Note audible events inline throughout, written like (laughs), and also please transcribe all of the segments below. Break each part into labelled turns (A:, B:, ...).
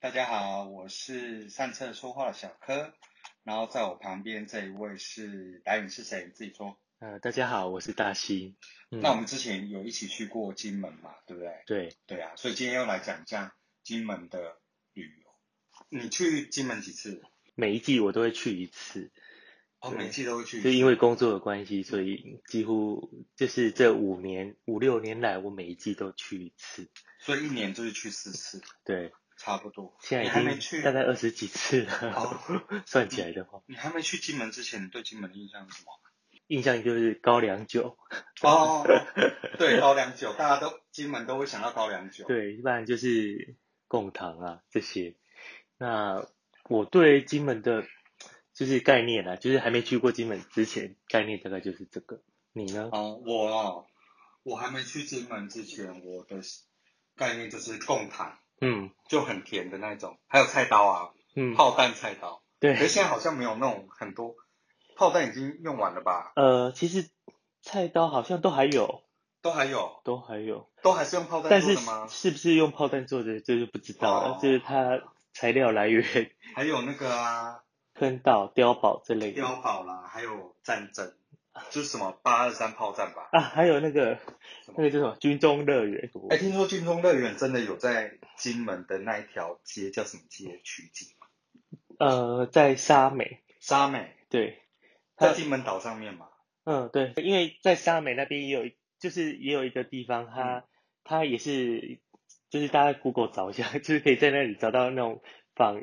A: 大家好，我是上厕说话的小柯，然后在我旁边这一位是来你是谁？你自己说。
B: 呃，大家好，我是大西。嗯
A: 那我们之前有一起去过金门嘛，对不对？
B: 对，
A: 对啊，所以今天要来讲一下金门的旅游。你去金门几次？
B: 每一季我都会去一次，
A: 哦，
B: 对
A: 每季都会去。
B: 就因为工作的关系，所以几乎就是这五年五六年来，我每一季都去一次。
A: 所以一年就是去四次，
B: 对，
A: 差不多。
B: 现在
A: 你还没
B: 已
A: 去
B: 经大概二十几次了，
A: 哦
B: (laughs) 算起来的话，
A: 你还没去金门之前，你对金门的印象是什
B: (laughs)
A: 么？
B: 印象就是高粱酒，
A: 哦，对，高粱酒，大家都金门都会想到高粱酒。
B: 对，一般就是贡糖啊这些。那我对金门的，就是概念啊，就是还没去过金门之前，概念大概就是这个。你呢？
A: 哦，我哦，我还没去金门之前，我的概念就是贡糖，
B: 嗯
A: 就很甜的那种，还有菜刀啊，
B: 嗯，
A: 炮弹菜刀。
B: 对
A: 可。是现在好像没有那种很多炮弹已经用完了吧？
B: 呃，其实菜刀好像都还有，
A: 都还有，
B: 都还有，
A: 都还是用炮弹
B: 但
A: 做
B: 是
A: 的吗？
B: 是不是用炮弹做的，这就不知道了。
A: 哦
B: 就是它材料来源、
A: 还有那个啊，
B: 坑道、碉堡之类的
A: 碉堡啦，还有战争，就是什么八二三炮战吧？
B: 啊，还有那个
A: 什么
B: 那个叫什么军中乐园，
A: 哎，听说军中乐园真的有在金门的那一条街叫什么街取景？
B: 呃，在沙美，
A: 沙美，
B: 对，呃
A: 在金门岛上面嘛。
B: 嗯，对，因为在沙美那边也有一，就是也有一个地方，它、
A: 嗯
B: 它也是，就是大家 Google 找一下， (laughs) 就是可以在那里找到那种仿，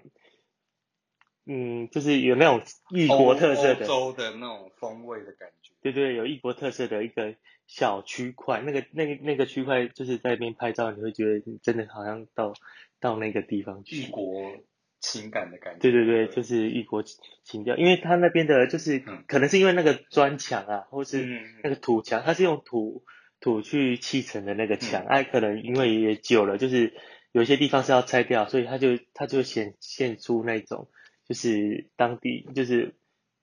B: 嗯，就是有那种异国特色的，
A: 欧洲的那哦种风味的感觉。
B: 对对，有异国特色的一个小区块，那个那个那个区块就是在那边拍照，你会觉得你真的好像到到那个地方
A: 异
B: 去。
A: 国情感的感觉。
B: 对对对，就是异国情调，因为它那边的就是
A: 嗯
B: 可能是因为那个砖墙啊，或是
A: 嗯
B: 那个土墙，它是用土土去砌成的那个
A: 嗯
B: 墙，哎、可能因为也久了，就是有一些地方是要拆掉，所以它就它就显现出那种就是当地就是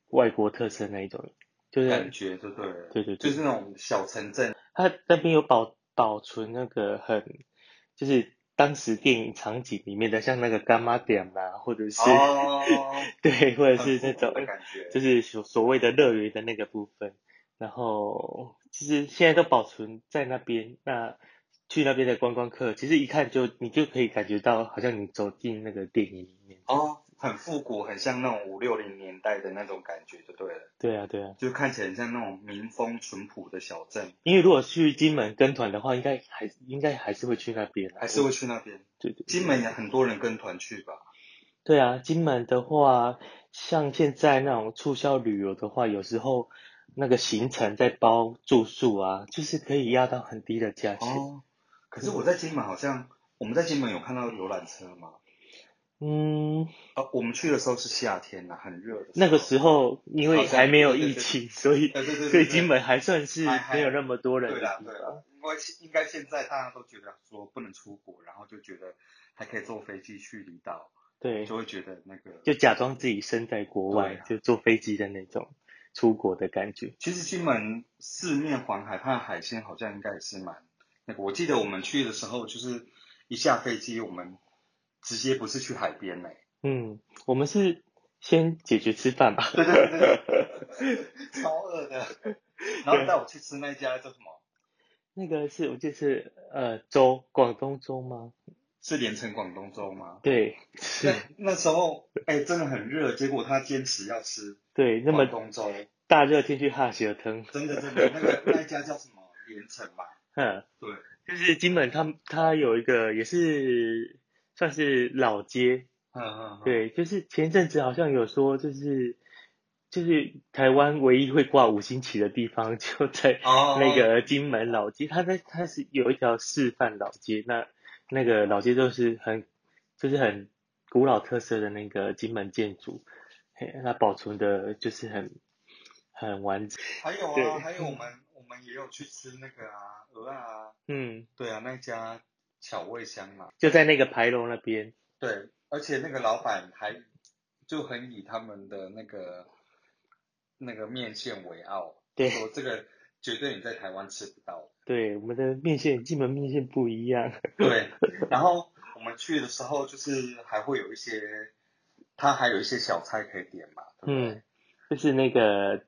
B: 外国特色那一种，就是
A: 感觉就对了，
B: 对对
A: 就
B: 对
A: 是那种小城镇，
B: 它那边有保保存那个很，就是当时电影场景里面的，像那个干妈点啊，或者是、
A: 哦，
B: 对，或者是
A: 很
B: 那
A: 复古
B: 种
A: 的感觉，
B: (laughs) 就是所所谓的乐园的那个部分。然后其实现在都保存在那边，那去那边的观光客，其实一看就你就可以感觉到，好像你走进那个电影里面。
A: 哦，很复古，很像那种五六零年代的那种感觉，就对了，
B: 对啊，对啊，
A: 就看起来很像那种民风淳朴的小镇，
B: 因为如果去金门跟团的话，应该还应该还是会去那边啊，
A: 还是会去那边。
B: 对对。
A: 金门也很多人跟团去吧？
B: 对啊，金门的话，像现在那种促销旅游的话，有时候那个行程在包住宿啊，就是可以压到很低的价钱。
A: 哦，可是我在金门好像，我们在金门有看到游览车吗？
B: 嗯，
A: 呃，我们去的时候是夏天呐、很热的。
B: 那个时候因为
A: 好像
B: 还没有
A: 对对
B: 疫
A: 对
B: 情，所以
A: 对对对对
B: 所以金门还算是
A: 还还
B: 没有那么多人
A: 对
B: 的
A: 啦
B: 地
A: 对
B: 方。
A: 啦，因为应该现在大家都觉得说不能出国，然后就觉得还可以坐飞机去离岛，
B: 对，
A: 就会觉得那个。
B: 就假装自己身在国外，
A: 对啊
B: 就坐飞机的那种出国的感觉。
A: 其实金门四面环海，它的海鲜好像应该也是蛮那个。我记得我们去的时候，就是一下飞机，我们直接不是去海边嘞、
B: 嗯，我们是先解决吃饭吧。 (laughs)
A: 对对对对，超饿的。然后带我去吃那家叫什么？
B: 那个是我记得是呃粥，广东粥吗？
A: 是连城广东粥吗？
B: 对，
A: 那
B: 是。
A: 那时候哎、真的很热，结果他坚持要吃
B: 对，那
A: 广
B: 么
A: 东粥。
B: 大热天去哈血汤，
A: 真的真的，那个那一家叫什么连城吧？
B: 哼，
A: 对，
B: 就是金门它它有一个也是算是老街，
A: 嗯嗯，
B: 对，就是前一阵子好像有说就是就是台湾唯一会挂五星旗的地方就在
A: 哦，
B: 那个金门老街，它在它是有一条示范老街，那那个老街就是很就是很古老特色的那个金门建筑，嘿，它保存的就是很很完整，
A: 还有啊，
B: 对
A: 还有我们我们也有去吃那个啊鹅啊，
B: 嗯。
A: 对啊，那一家巧味香嘛，
B: 就在那个牌楼那边。
A: 对，而且那个老板还就很以他们的那个那个面线为傲，
B: 对
A: 说这个绝对你在台湾吃不到。 (laughs)
B: 对，我们的面线，金门面线不一样。
A: 对，然后我们去的时候就是还会有一些，它还有一些小菜可以点嘛，对不对？
B: 嗯， (laughs) 就是那个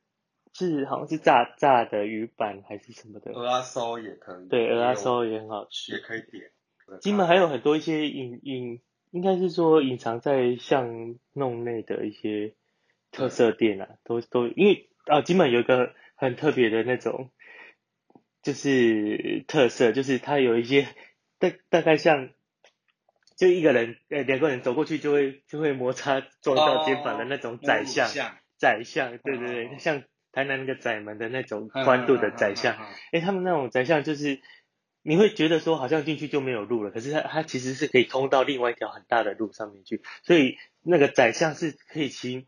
B: 是好像是炸炸的鱼板还是什么的，
A: 鹅阿烧也可以，
B: 对，鹅
A: 也
B: 阿
A: 呃有
B: 烧也很好
A: 也
B: 吃。
A: 可以点。对
B: 金门还有很多一些隐隐，应该是说隐藏在巷弄内的一些特色店啊，都都因为啊，金门有一个很特别的那种，就是特色，就是它有一些大大概像。就一个人，呃，两个人走过去就会就会摩擦撞到肩膀的那种
A: 摸
B: 宰
A: 乳
B: 相，
A: 巷
B: 宰相，对
A: 哦嗯
B: 对对，像台南那个窄门的那种宽度的窄巷，，哎，他们那种窄巷就是你会觉得说好像进去就没有路了，可是它它其实是可以通到另外一条很大的路上面去，所以那个窄巷是可以骑，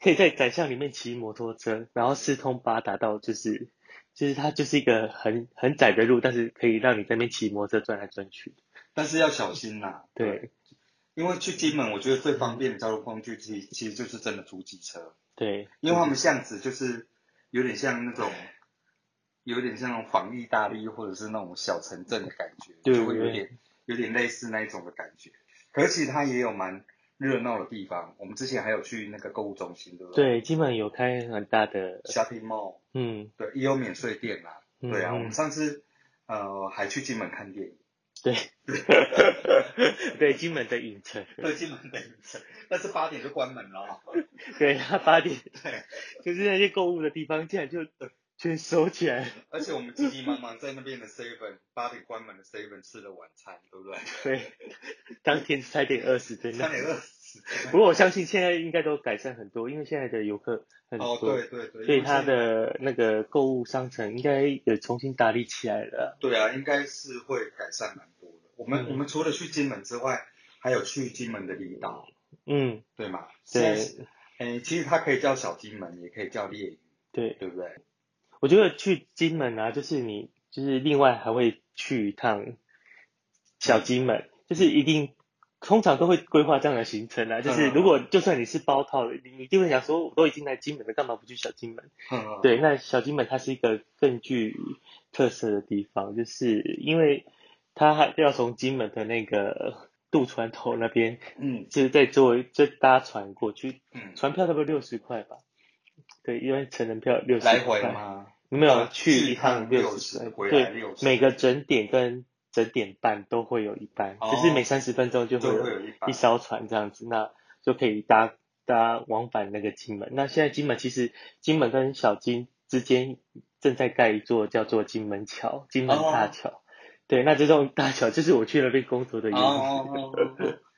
B: 可以在窄巷里面骑摩托车，然后四通八达到就是。就是它就是一个很很窄的路，但是可以让你在那边骑摩托车转来转去。
A: (laughs) 但是要小心啦。
B: 对
A: 因为去金门，我觉得最方便的交通工具其实其实就是真的租机车，
B: 对，
A: 因为他们巷子就是有点像那种，有点像那种防疫大力或者是那种小城镇的感觉，
B: 对
A: 就会有
B: 对
A: 点有点类似那一种的感觉。可是其实它也有蛮热闹的地方，我们之前还有去那个购物中心，对不对？
B: 对，金门有开很大的，
A: ，Shopping Mall，
B: 嗯，
A: 对，也有免税店啦。
B: 嗯
A: 对啊，我
B: 嗯 (laughs)
A: 们上次呃还去金门看电影。
B: 对，对，金门的影城，
A: (laughs) 对，金门等，但是八点就关门了。啊
B: 对，他八点
A: (laughs) 对，
B: 就是那些购物的地方，竟然就全收起来。
A: 而且我们急急忙忙在那边的 Seven 八点关门的 Seven 吃了晚餐，对不对？ (laughs)
B: 对，当天三点二十真
A: 三
B: 的。
A: 点二十。
B: 不过我相信现在应该都改善很多，因为现在的游客很多，
A: 哦，对对对，
B: 所
A: 因
B: 以
A: 为
B: 它
A: 现在
B: 的那个购物商城应该也重新打理起来了。
A: 对啊，应该是会改善蛮多的。我们、
B: 嗯
A: 我们除了去金门之外，还有去金门的离岛，
B: 嗯，
A: 对吗？现
B: 对
A: 在是。诶，其实它可以叫小金门，也可以叫烈屿，
B: 对，
A: 对不对？
B: 我觉得去金门啊，就是你就是另外还会去一趟小金门，就是一定通常都会规划这样的行程
A: 嗯
B: 啊。就是如果就算你是包套的，你一定会想说，我都已经来金门了，干嘛不去小金门？
A: 嗯，
B: 对，那小金门它是一个更具特色的地方，就是因为它还要从金门的那个渡船头那边，
A: 嗯
B: 就是在坐就搭船过去，
A: 嗯，
B: 船票差不多六十块吧，对，因为成人票六十块，
A: 来回吗？
B: 你没有
A: 啊去
B: 去
A: 一
B: 一
A: 趟
B: 趟六
A: 60
B: 十
A: 回
B: 块，
A: 来
B: 对，
A: 60
B: 每个整点跟整点半都会有一班，
A: 哦
B: 就是每三十分钟就会
A: 就会
B: 有
A: 有一班
B: 一艘船这样子，那就可以搭搭往返那个金门。那现在金门其实金门跟小金之间正在盖一座叫做金门桥、金门大桥。对，那这种大桥就是我去那边工作的原因。
A: 哦，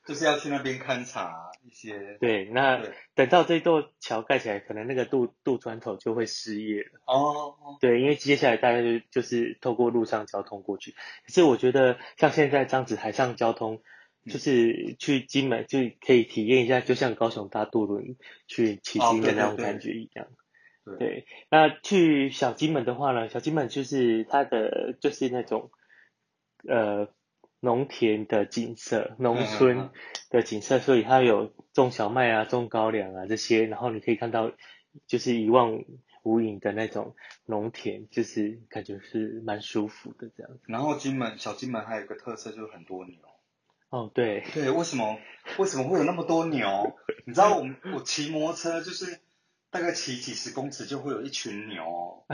A: 就是要去那边勘察一些。
B: 对，那
A: 对
B: 等到这座桥盖起来，可能那个渡渡船头就会失业了。
A: 哦，
B: 对，因为接下来大家就就是透过陆上交通过去。可是我觉得像现在这样子海上交通，
A: 嗯
B: 就是去金门就可以体验一下，就像高雄搭渡轮去骑
A: 哦
B: 行的
A: 对
B: 那
A: 对
B: 种
A: 对
B: 感觉一样。
A: 对
B: 对，那去小金门的话呢，小金门就是它的就是那种呃农田的景
A: 嗯
B: 色，
A: 嗯
B: 农
A: 嗯
B: 村的景色，所以它有种小麦啊、种高粱啊这些，然后你可以看到就是一望无垠的那种农田，就是感觉是蛮舒服的这样。
A: 然后金门小金门还有一个特色就是很多牛。
B: 哦，对，
A: 对，为什么为什么会有那么多牛？你知道我们我骑摩托车就是大概骑几十公尺就会有一群牛哦、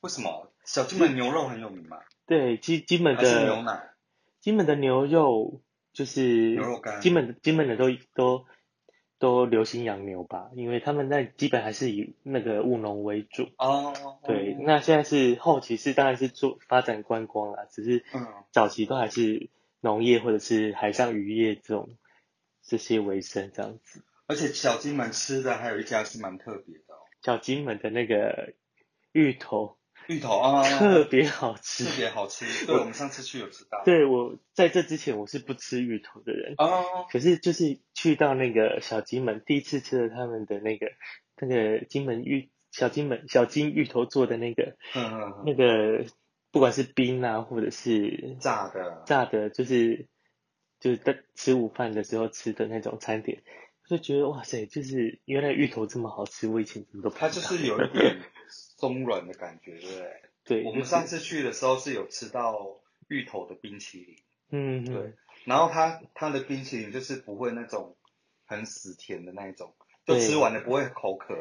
A: 为什么小金门牛肉很有名嘛？
B: 对，金金门
A: 还是牛
B: 的
A: 奶？
B: 金门的牛肉就是
A: 牛肉干
B: 金门金门的都都都流行养牛吧，因为他们那基本还是以那个务农为主。
A: 哦，
B: 对，那现在是后期是当然是做发展观光啦，只是
A: 嗯
B: 早期都还是农业或者是海上渔业这种这些为生这样子。
A: 而且小金门吃的还有一家是蛮特别的、哦，
B: 小金门的那个芋头
A: 芋头啊，
B: 特别好吃
A: 特。别好吃。对，我们上次去有吃到。
B: 对我在这之前我是不吃芋头的人，
A: 哦，
B: 可是就是去到那个小金门，第一次吃了他们的那个那个金门芋小金门小金芋头做的那个
A: 嗯嗯
B: 那个，不管是冰啊或者是
A: 嗯，炸的，
B: 炸的，就是就是在吃午饭的时候吃的那种餐点，就觉得哇塞，就是原来芋头这么好吃，我以前怎么都不知道
A: 它就是有一点松软的感觉，对不对？
B: 对，
A: 我们
B: 就是
A: 上次去的时候是有吃到芋头的冰淇淋，
B: 嗯
A: 对
B: 嗯，
A: 然后它它的冰淇淋就是不会那种很死甜的那一种，就
B: 对
A: 吃完了不会口渴。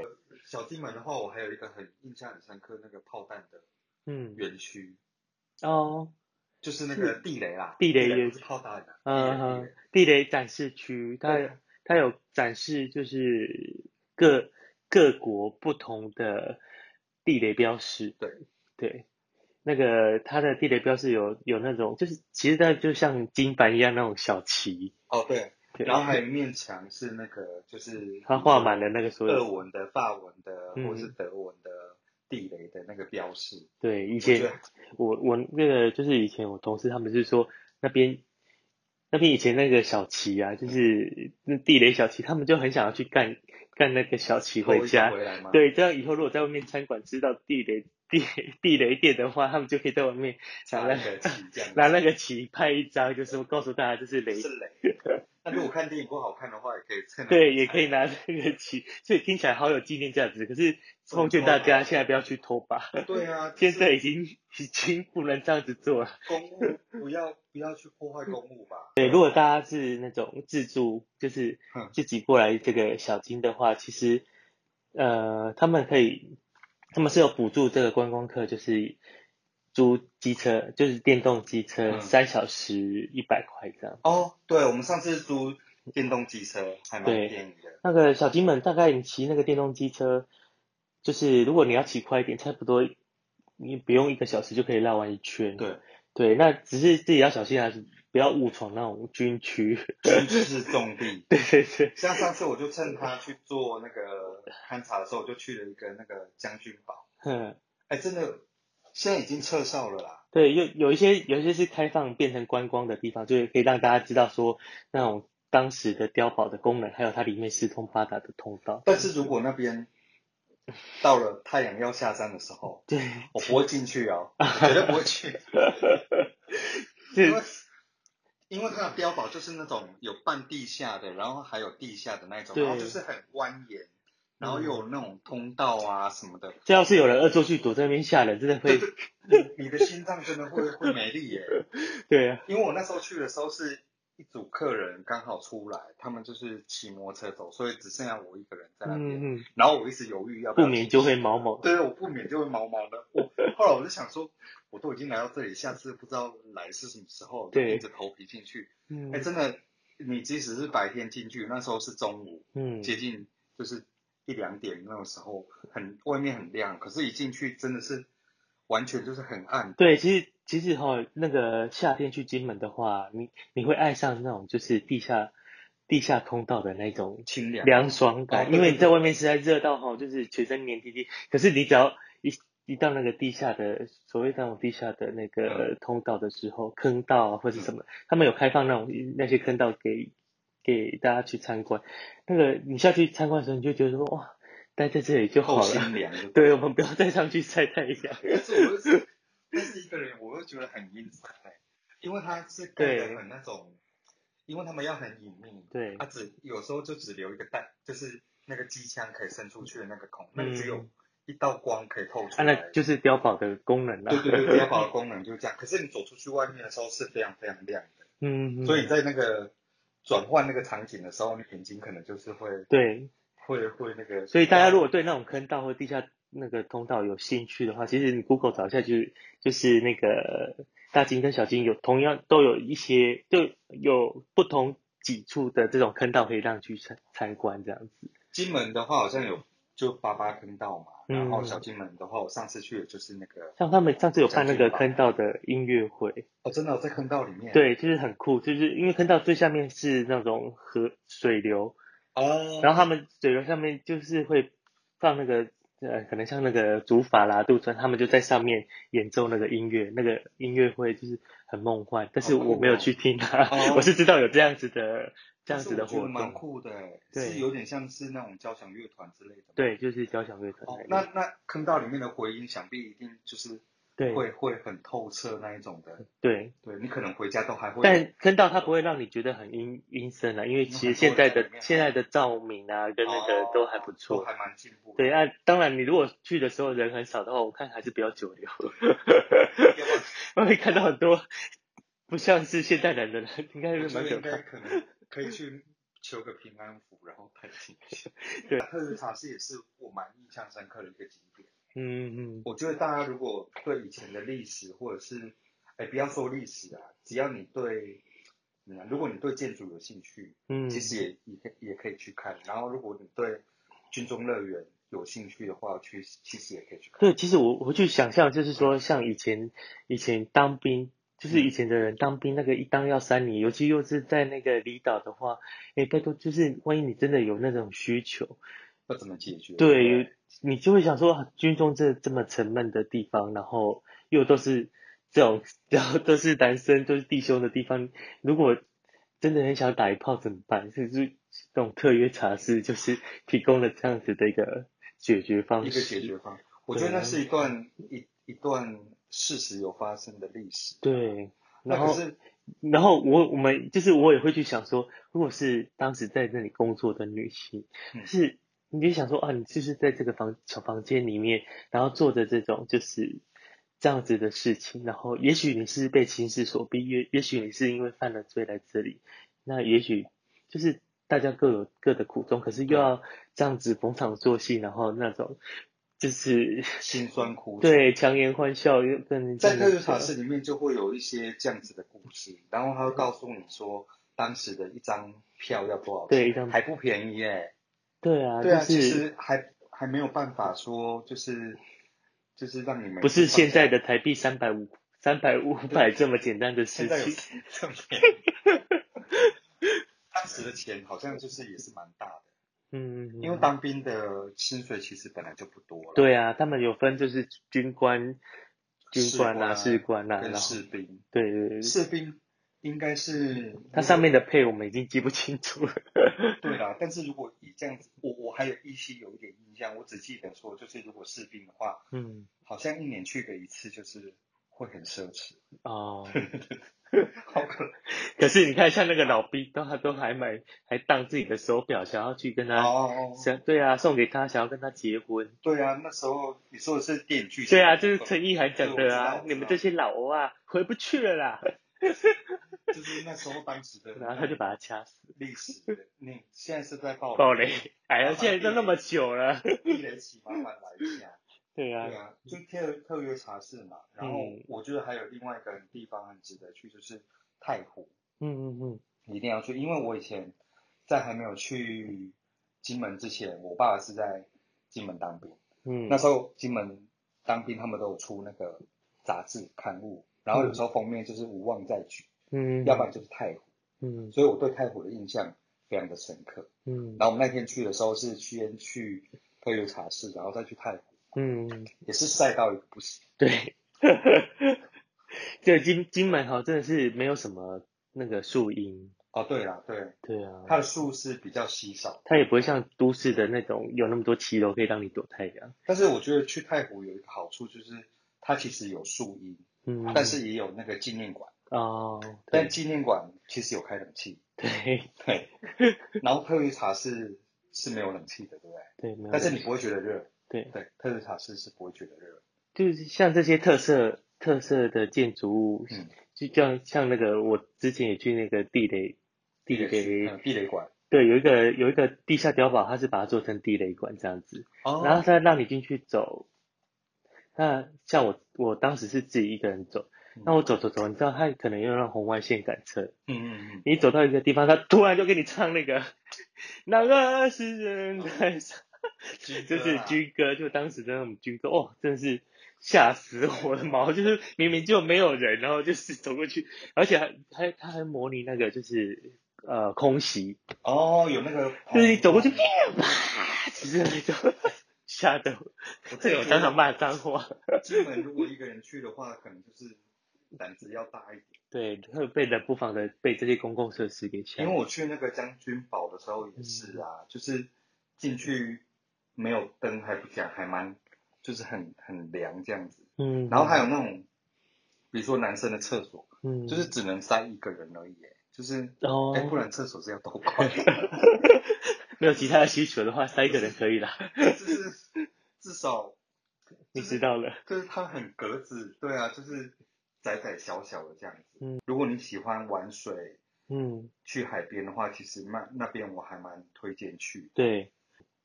A: 小金门的话，我还有一个很印象很深刻那个炮弹的
B: 嗯，
A: 园区，
B: 哦，
A: 就是那个地雷啦，
B: 地雷园
A: 不是炮弹啊的，
B: 嗯
A: 地雷
B: 哼，地雷展示区，它
A: 对
B: 它有展示就是各各国不同的地雷标识。
A: 对
B: 对，那个它的地雷标示有有那种，就是其实它就像金板一样那种小旗。
A: 哦对，
B: 对
A: 然后还有一面墙是那个呃就是
B: 它画满了那个所
A: 俄
B: 有，
A: 文的、法文的
B: 嗯
A: 或是德文的地雷的那个标识，
B: 对，以
A: 我觉
B: 前
A: 得
B: 我我那个就是以前我同事他们是说那边那边以前那个小旗啊，就是那地雷小旗，他们就很想要去干干那个小旗
A: 偷
B: 回
A: 一
B: 家
A: 下。回来嘛，
B: 对，这样以后如果在外面餐馆吃到地雷地地雷店的话，他们就可以在外面拿
A: 拿
B: 那
A: 那个旗这样子
B: 拿那个旗拍一张，就是告诉大家这是雷
A: 是
B: (laughs)
A: 雷。那如果看电影不好看的话，也可以趁
B: 对，也可以拿这个旗，所以听起来好有纪念价值。可是奉劝大家现在不要去偷吧，
A: 以。对啊，
B: 现在已经已经不能这样子做了。
A: 公务不要不要去破坏公务吧。
B: 对，如果大家是那种自助，就是
A: 嗯
B: 自己过来这个小金的话，其实呃，他们可以，他们是有补助这个观光客，就是租机车，就是电动机车，
A: 嗯
B: 三小时一百块这样。
A: 哦，对，我们上次租电动机车还蛮
B: 对
A: 便宜的，
B: 那个小金门大概你骑那个电动机车，就是如果你要骑快一点，差不多你不用一个小时就可以绕完一圈。
A: 对，
B: 对，那只是自己要小心啊，不要误闯那种军区。 (laughs)
A: 就是重地。
B: 对对对，
A: 像上次我就趁他去做那个勘察的时候，我就去了一个那个将军堡，
B: 嗯，
A: 哎，真的现在已经撤哨了啦。
B: 对，有有一些有一些是开放变成观光的地方，就是可以让大家知道说那种当时的碉堡的功能，还有它里面四通八达的通道。
A: 但是如果那边到了太阳要下山的时候，
B: 对，
A: 我不会进去哦，我绝对不会
B: (laughs)
A: 去。因
B: 是
A: 为因为它的碉堡就是那种有半地下的，然后还有地下的那种，
B: 对嗯
A: 然后就是很蜿蜒，然后又有那种通道啊什么的，
B: 这要是有人恶作剧躲在那边吓人，真
A: (laughs)
B: 的会，
A: 你的心脏真的会会没力耶。
B: 对啊，
A: 因为我那时候去的时候是一组客人刚好出来，他们就是骑摩托车走，所以只剩下我一个人在那边，
B: 嗯嗯，
A: 然后我一直犹豫要不
B: 不
A: 要
B: 免
A: 进
B: 就
A: 去
B: 会毛毛。
A: 对，我不免就会毛毛的。我后来我就想说，我都已经来到这里，下次不知道来是什么时候，就
B: 对
A: 硬着头皮进去。
B: 嗯
A: 哎、真的，你即使是白天进去，那时候是中午，
B: 嗯，
A: 接近就是一两点那种时候，很外面很亮，可是一进去真的是完全就是很暗。
B: 对，其实其实哈、那个夏天去金门的话，你你会爱上那种就是地下地下通道的那种
A: 清凉
B: 凉爽
A: 哦
B: 感，
A: 对
B: 因为
A: 对
B: 你在外面实在热到哈、就是全身黏滴滴，可是你只要一一到那个地下的所谓那种地下的那
A: 嗯
B: 个通道的时候，坑道啊或是什么，他们有开放那种那些坑道给给大家去参观，那个你下去参观的时候，你就觉得说哇，待在这里就好
A: 够
B: 了
A: 清，凉的。
B: 对，我们不要再上去晒太阳。
A: 但是我就是，但是一个人我又觉得很阴森欸因为他是盖
B: 对
A: 的很那种，因为他们要很隐秘，
B: 对
A: 他只有时候就只留一个弹，就是那个机枪可以伸出去的那个孔，那
B: 嗯
A: 个只有一道光可以透出
B: 啊，
A: 来。
B: 那就是碉堡的功能啦、
A: 对对对，碉堡的功能就是这样。可是你走出去外面的时候是非常非常亮的，
B: (laughs) 嗯，
A: 所以在那个转换那个场景的时候，你眼睛可能就是会
B: 对，
A: 会会那个。
B: 所以大家如果对那种坑道或地下那个通道有兴趣的话，其实你 Google 找一下就就是那个大金跟小金有同样都有一些就有不同几处的这种坑道可以让你去参参观这样子。
A: 金门的话好像有就八八坑道嘛，
B: 嗯
A: 然后小金门的话，我上次去的就是那个
B: 像他们上次有办那
A: 小金
B: 个
A: 吧
B: 坑道的音乐会，
A: 哦，真的、哦、在坑道里面。
B: 对，就是很酷，就是因为坑道最下面是那种河水流，
A: 哦，
B: 然后他们水流上面就是会放那个呃，可能像那个竹筏啦、渡船，他们就在上面演奏那个音乐，那个音乐会就是很梦幻，但是
A: 好酷
B: 我没有
A: 哦
B: 去听啊，
A: 哦
B: 我是知道有这样子的这样子的
A: 但是我
B: 活
A: 觉得蛮
B: 动，
A: 酷的欸，
B: 对
A: 是有点像是那种交响乐团之类的。。
B: 对，就是交响乐团
A: 哦
B: 那，
A: 那
B: 里
A: 那坑道里面的回音，想必一定就是
B: 对
A: 会会很透彻那一种的。
B: 对，
A: 对你可能回家都还会。
B: 但坑道它不会让你觉得很阴阴森啊，因为其实现在的
A: 因为很多人在里面哦
B: 现在的照明啊跟那个都还不
A: 都
B: 错。
A: 还蛮进步的。
B: 对啊，当然你如果去的时
A: (laughs)
B: 候人很少的话，我看还是不要久留。
A: 要不然
B: 我会看到很多不像是现代男人了，应该
A: 我
B: 是
A: 觉得
B: 蛮可
A: 应该。
B: 怕
A: 可能可以去求个平安符，然后拜进去。
B: 对
A: 赫鲁塔斯也是我蛮印象深刻的一个景点。
B: 嗯嗯
A: 我觉得大家如果对以前的历史，或者是哎，不要说历史啊，只要你对，嗯，如果你对建筑有兴趣，
B: 嗯，
A: 其实也也可以也可以去看。然后，如果你对军中乐园有兴趣的话，去其实也可以去看。
B: 对，其实我我去想象，就是说，像以前以前当兵，就是以
A: 嗯
B: 前的人当兵，那个一当要三年，尤其又是在那个离岛的话，哎，拜托，就是万一你真的有那种需求，
A: 要怎么解决？
B: 对，你就会想说，啊军中这这么沉闷的地方，然后又都是这种， (laughs) 然后都是男生，都是弟兄的地方，如果真的很想打一炮怎么办？是不是这种特约茶室就是提供了这样子的一个解决方
A: 一
B: 式？
A: 个解决方案。我觉得那是一段一一段事实有发生的历史。
B: 对，
A: 那
B: 然
A: 可
B: 后。
A: 是
B: 然后我我们就是我也会去想说，如果是当时在那里工作的女性，
A: 嗯
B: 是你就想说啊，你就是在这个房小房间里面，然后做着这种就是这样子的事情，然后也许你是被情势所逼，也也许你是因为犯了罪来这里，那也许就是大家各有各的苦衷，可是又要这样子逢场作戏，然后那种就是 (laughs)
A: 辛酸苦楚。
B: 对强颜欢笑又跟
A: 在特斯塔市里面就会有一些这样子的故事，然后他会告诉你说，当时的一张票要多少钱，
B: 对一张
A: 还不便宜耶、
B: 对啊，
A: 对啊，
B: 就
A: 其
B: 是
A: 实还还没有办法说，就是就是让你们
B: 不是现在的台币三百五、三百五百这么简单的
A: 现
B: 事
A: 在有
B: 情。
A: 这么便宜当时的钱好像就是也是蛮大的，
B: 嗯，
A: 因为当兵的薪水其实本来就不多了，，
B: 对啊，他们有分就是军官、军
A: 士
B: 官啊、
A: 官
B: 士官啊，
A: 跟
B: 然后
A: 士兵，
B: 对对对，
A: 士兵应该是
B: 它上面的配我们已经记不清楚了。嗯
A: 对啦，但是如果以这样子，我我还有依稀有一点印象，我只记得说，就是如果士兵的话，
B: 嗯，
A: 好像一年去个一次，就是会很奢侈，
B: (laughs) 哦，
A: (laughs) 好可
B: (laughs) 可是你看像那个老逼，都他都还买还当自己的手表，想要去跟他。
A: 哦，
B: 想对啊，送给他，想要跟他结婚。
A: 对啊，那时候你说的是电影剧情，
B: 对啊，就是陈意涵讲
A: 对我知
B: 的
A: 道我
B: 啊
A: 知，道
B: 你们这些老欧啊，回不去了啦。
A: 就是那时候当时的
B: (laughs) 然后他就把他掐死。
A: 历史的，你现在是在报
B: 暴雷， (laughs) 哎呀，
A: 麻烦
B: 现在都那么久
A: (laughs)
B: 了。
A: 地雷起麻烦来一下，
B: (laughs) 对啊
A: 对，啊，就特特约茶室嘛，然后
B: 嗯
A: 我觉得还有另外一个地方很值得去，就是太湖。
B: 嗯嗯嗯，
A: 一定要去，因为我以前在还没有去金门之前，我爸爸是在金门当兵，
B: 嗯，
A: 那时候金门当兵他们都有出那个杂志刊物，然后有时候封面就是无望再举，
B: 嗯，
A: 要不然就是太湖，
B: 嗯
A: 所以我对太湖的印象非常的深刻。
B: 嗯
A: 然后我们那天去的时候是先去喝油茶室，然后再去太湖，
B: 嗯，
A: 也是晒到一个不行。
B: 对， (laughs) 这金金门好像真的是没有什么那个树荫，
A: 哦，对啦，对，
B: 对啊，
A: 它的树是比较稀少，
B: 它也不会像都市的那种有那么多骑楼可以让你躲太阳，
A: 但是我觉得去太湖有一个好处就是它其实有树荫。
B: 嗯，
A: 但是也有那个纪念馆，
B: 哦，
A: 但
B: 对
A: 纪念馆其实有开冷气，
B: 对 (laughs)
A: 对。然后特瑞茶是是没有冷气的，对不对？
B: 对，没有，
A: 但是你不会觉得热，
B: 对，
A: 对，特瑞茶是是不会觉得热。
B: 就是像这些特色特色的建筑物，
A: 嗯，
B: 就像像那个我之前也去那个地雷地雷
A: 嗯地雷馆，
B: 对，有一个有一个地下碉堡，它是把它做成地雷馆这样子，然后
A: 哦，
B: 它让你进去走。那像我，我当时是自己一个人走，那我走走走，你知道它可能用那红外线感测，
A: 嗯嗯
B: 你走到一个地方，它突然就给你唱那个那个是人在上，
A: 嗯，
B: (laughs) 就是军歌，就当时的那种军歌，哦，真的是吓死我的毛！就是明明就没有人，然后就是走过去，而且还还它还模拟那个就是呃空袭，
A: 哦，有那个，
B: 就是你走过去，啪， (laughs) 其实那种吓得我，
A: 我
B: 这有当场骂脏话，
A: 基本如果一个人去的话，可能就是胆子要大一点。
B: 对，会被冷不防的被这些公共设施给吓
A: 因。为我去那个将军堡的时候也是
B: 嗯
A: 啊，就是进去没有灯还不讲，还蛮就是很很凉这样子。
B: 嗯，
A: 然后还有那种，比如说男生的厕所，
B: 嗯，
A: 就是只能塞一个人而已耶，就是，
B: 哦
A: 哎，，不然厕所是要多快？ (laughs)
B: 没有其他的需求的话，塞一个人可以啦。
A: 就是至少
B: 你知道了，
A: 就是它很格子，对啊，就是窄窄小小的这样子。
B: 嗯，
A: 如果你喜欢玩水、
B: 嗯，
A: 去海边的话，其实那那边我还蛮推荐去。
B: 对，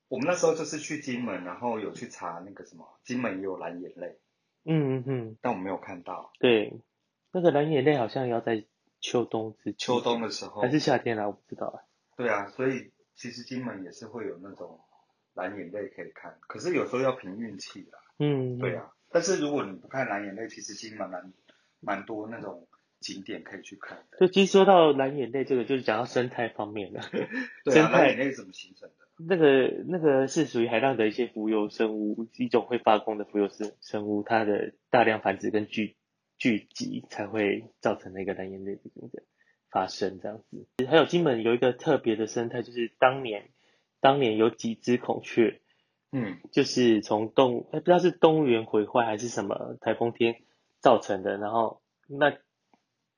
A: 我们那时候就是去金门，然后有去查那个什么，金门也有蓝眼泪，
B: 嗯嗯嗯，
A: 但我没有看到。
B: 对，那个蓝眼泪好像要在秋冬之前
A: 秋冬的时候
B: 还，是夏天啦，我不知道啊。
A: 对啊，所以其实金门也是会有那种蓝眼泪可以看，可是有时候要凭运气啦。
B: 嗯，
A: 对，啊，但是如果你不看蓝眼泪，其实金门蛮蛮多那种景点可以去看的。
B: 就其实说到蓝眼泪这个，就是讲到生态方面了。
A: 对
B: 生
A: 啊，
B: 态
A: 蓝眼泪是怎么形成的？
B: 那个那个是属于海浪的一些浮游生物，一种会发光的浮游生生物，它的大量繁殖跟聚聚集才会造成那个蓝眼泪的这个发生这样子。还有金门有一个特别的生态，就是当年当年有几只孔雀，
A: 嗯，
B: 就是从动哎不知道是动物园毁坏还是什么台风天造成的，然后那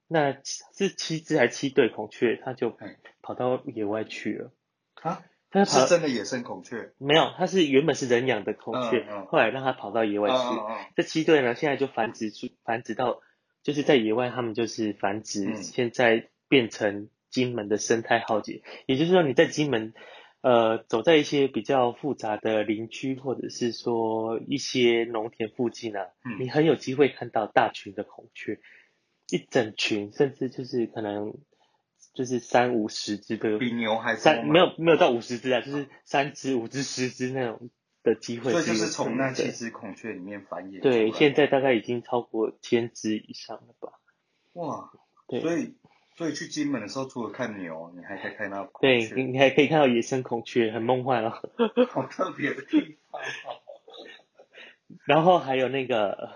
B: 那七是七只还七对孔雀，它就
A: 嗯
B: 跑到野外去了，
A: 啊，
B: 它就跑
A: 是真的野生孔雀。
B: 没有，它是原本是人养的孔雀，
A: 嗯嗯
B: 后来让它跑到野外去。
A: 嗯嗯
B: 这七对呢，现在就繁殖出繁殖到，就是在野外，它们就是繁殖，
A: 嗯
B: 现在变成金门的生态浩劫。也就是说，你在金门，呃，走在一些比较复杂的林区，或者是说一些农田附近啊，
A: 嗯
B: 你很有机会看到大群的孔雀，一整群，甚至就是可能就是三五十只都有
A: 嗯，。比牛还多
B: 三
A: 嘛
B: 没，有没有到五十只啊，就是三只、五只、十只那种的机会
A: 所以就
B: 有的。
A: 是从那七只孔雀里面繁衍出来
B: 对，现在大概已经超过千只以上了吧？
A: 哇，所
B: 对
A: 以所以去金门的时候，除了看牛，你还可以看到孔
B: 对，你
A: 雀，
B: 你还可以看到野生孔雀，很梦幻哦。 (laughs)
A: 好特别的地方哦。
B: 然后还有那个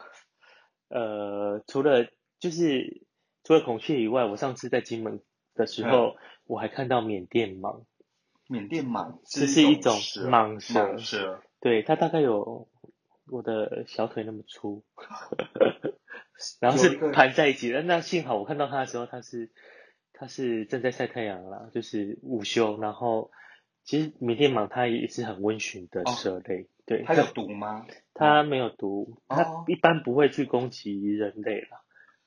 B: 呃，除了就是除了孔雀以外，我上次在金门的
A: 嗯
B: 时候，我还看到缅甸蟒，
A: 缅甸蟒
B: 这是一种
A: 蛇
B: 蟒蛇
A: 蟒蛇，
B: 对，它大概有我的小腿那么
A: (laughs)
B: 粗，然后
A: 有
B: 是
A: 一个
B: 盘在一起的。那幸好我看到它的时候，它是它是正在晒太阳啦，就是午休。然后其实缅甸蟒它也是很温驯的
A: 哦
B: 蛇类，对，
A: 它有毒吗？
B: 它没有毒，
A: 哦
B: 它一般不会去攻击人类啦。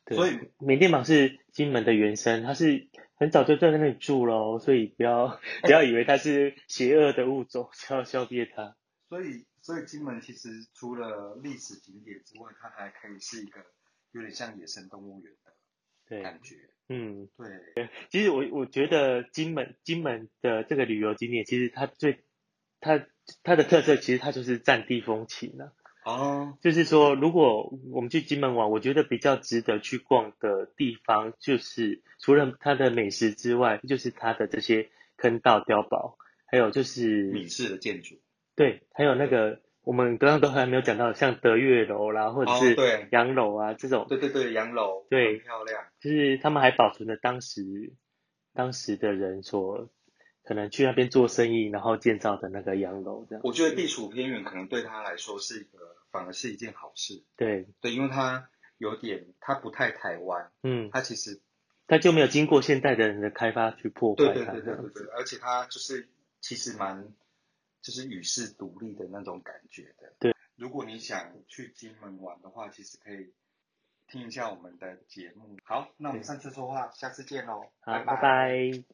B: 对，
A: 所以
B: 缅甸蟒是金门的原生，它是很早就在那里住喽，所以不要 (laughs) 不要以为它是邪恶的物种， (laughs) 就要消灭它。
A: 所以，所以金门其实除了历史景点之外，它还可以是一个有点像野生动物园的
B: 对，
A: 感觉。
B: 嗯。
A: 对，
B: 其实我我觉得金门金门的这个旅游景点，其实它最它它的特色，其实它就是占地风情啊。
A: 哦，
B: 就是说，如果我们去金门玩，我觉得比较值得去逛的地方，就是除了它的美食之外，就是它的这些坑道碉堡，还有就是
A: 闽式的建筑，
B: 对，还有那个我们刚刚都还没有讲到，像德月楼啦，或者
A: 哦
B: 是
A: 对
B: 洋楼啊这种，
A: 对对对，洋楼，很
B: 对
A: 漂亮。
B: 就是他们还保存了当时当时的人所可能去那边做生意，然后建造的那个洋楼这样。
A: 我觉得地处偏远，可能对他来说是一个，反而是一件好事。
B: 对，
A: 对，因为它有点，它不太台湾，
B: 嗯，
A: 它其实，
B: 它就没有经过现代的人的开发去破
A: 对
B: 坏
A: 对
B: 它
A: 对
B: 这
A: 对
B: 样
A: 对
B: 子。
A: 对，而且它就是其实蛮，就是与世独立的那种感觉的。
B: 对，
A: 如果你想去金门玩的话，其实可以听一下我们的节目。好，那我们上次说话，下次见喽，
B: 好，
A: 拜
B: 拜拜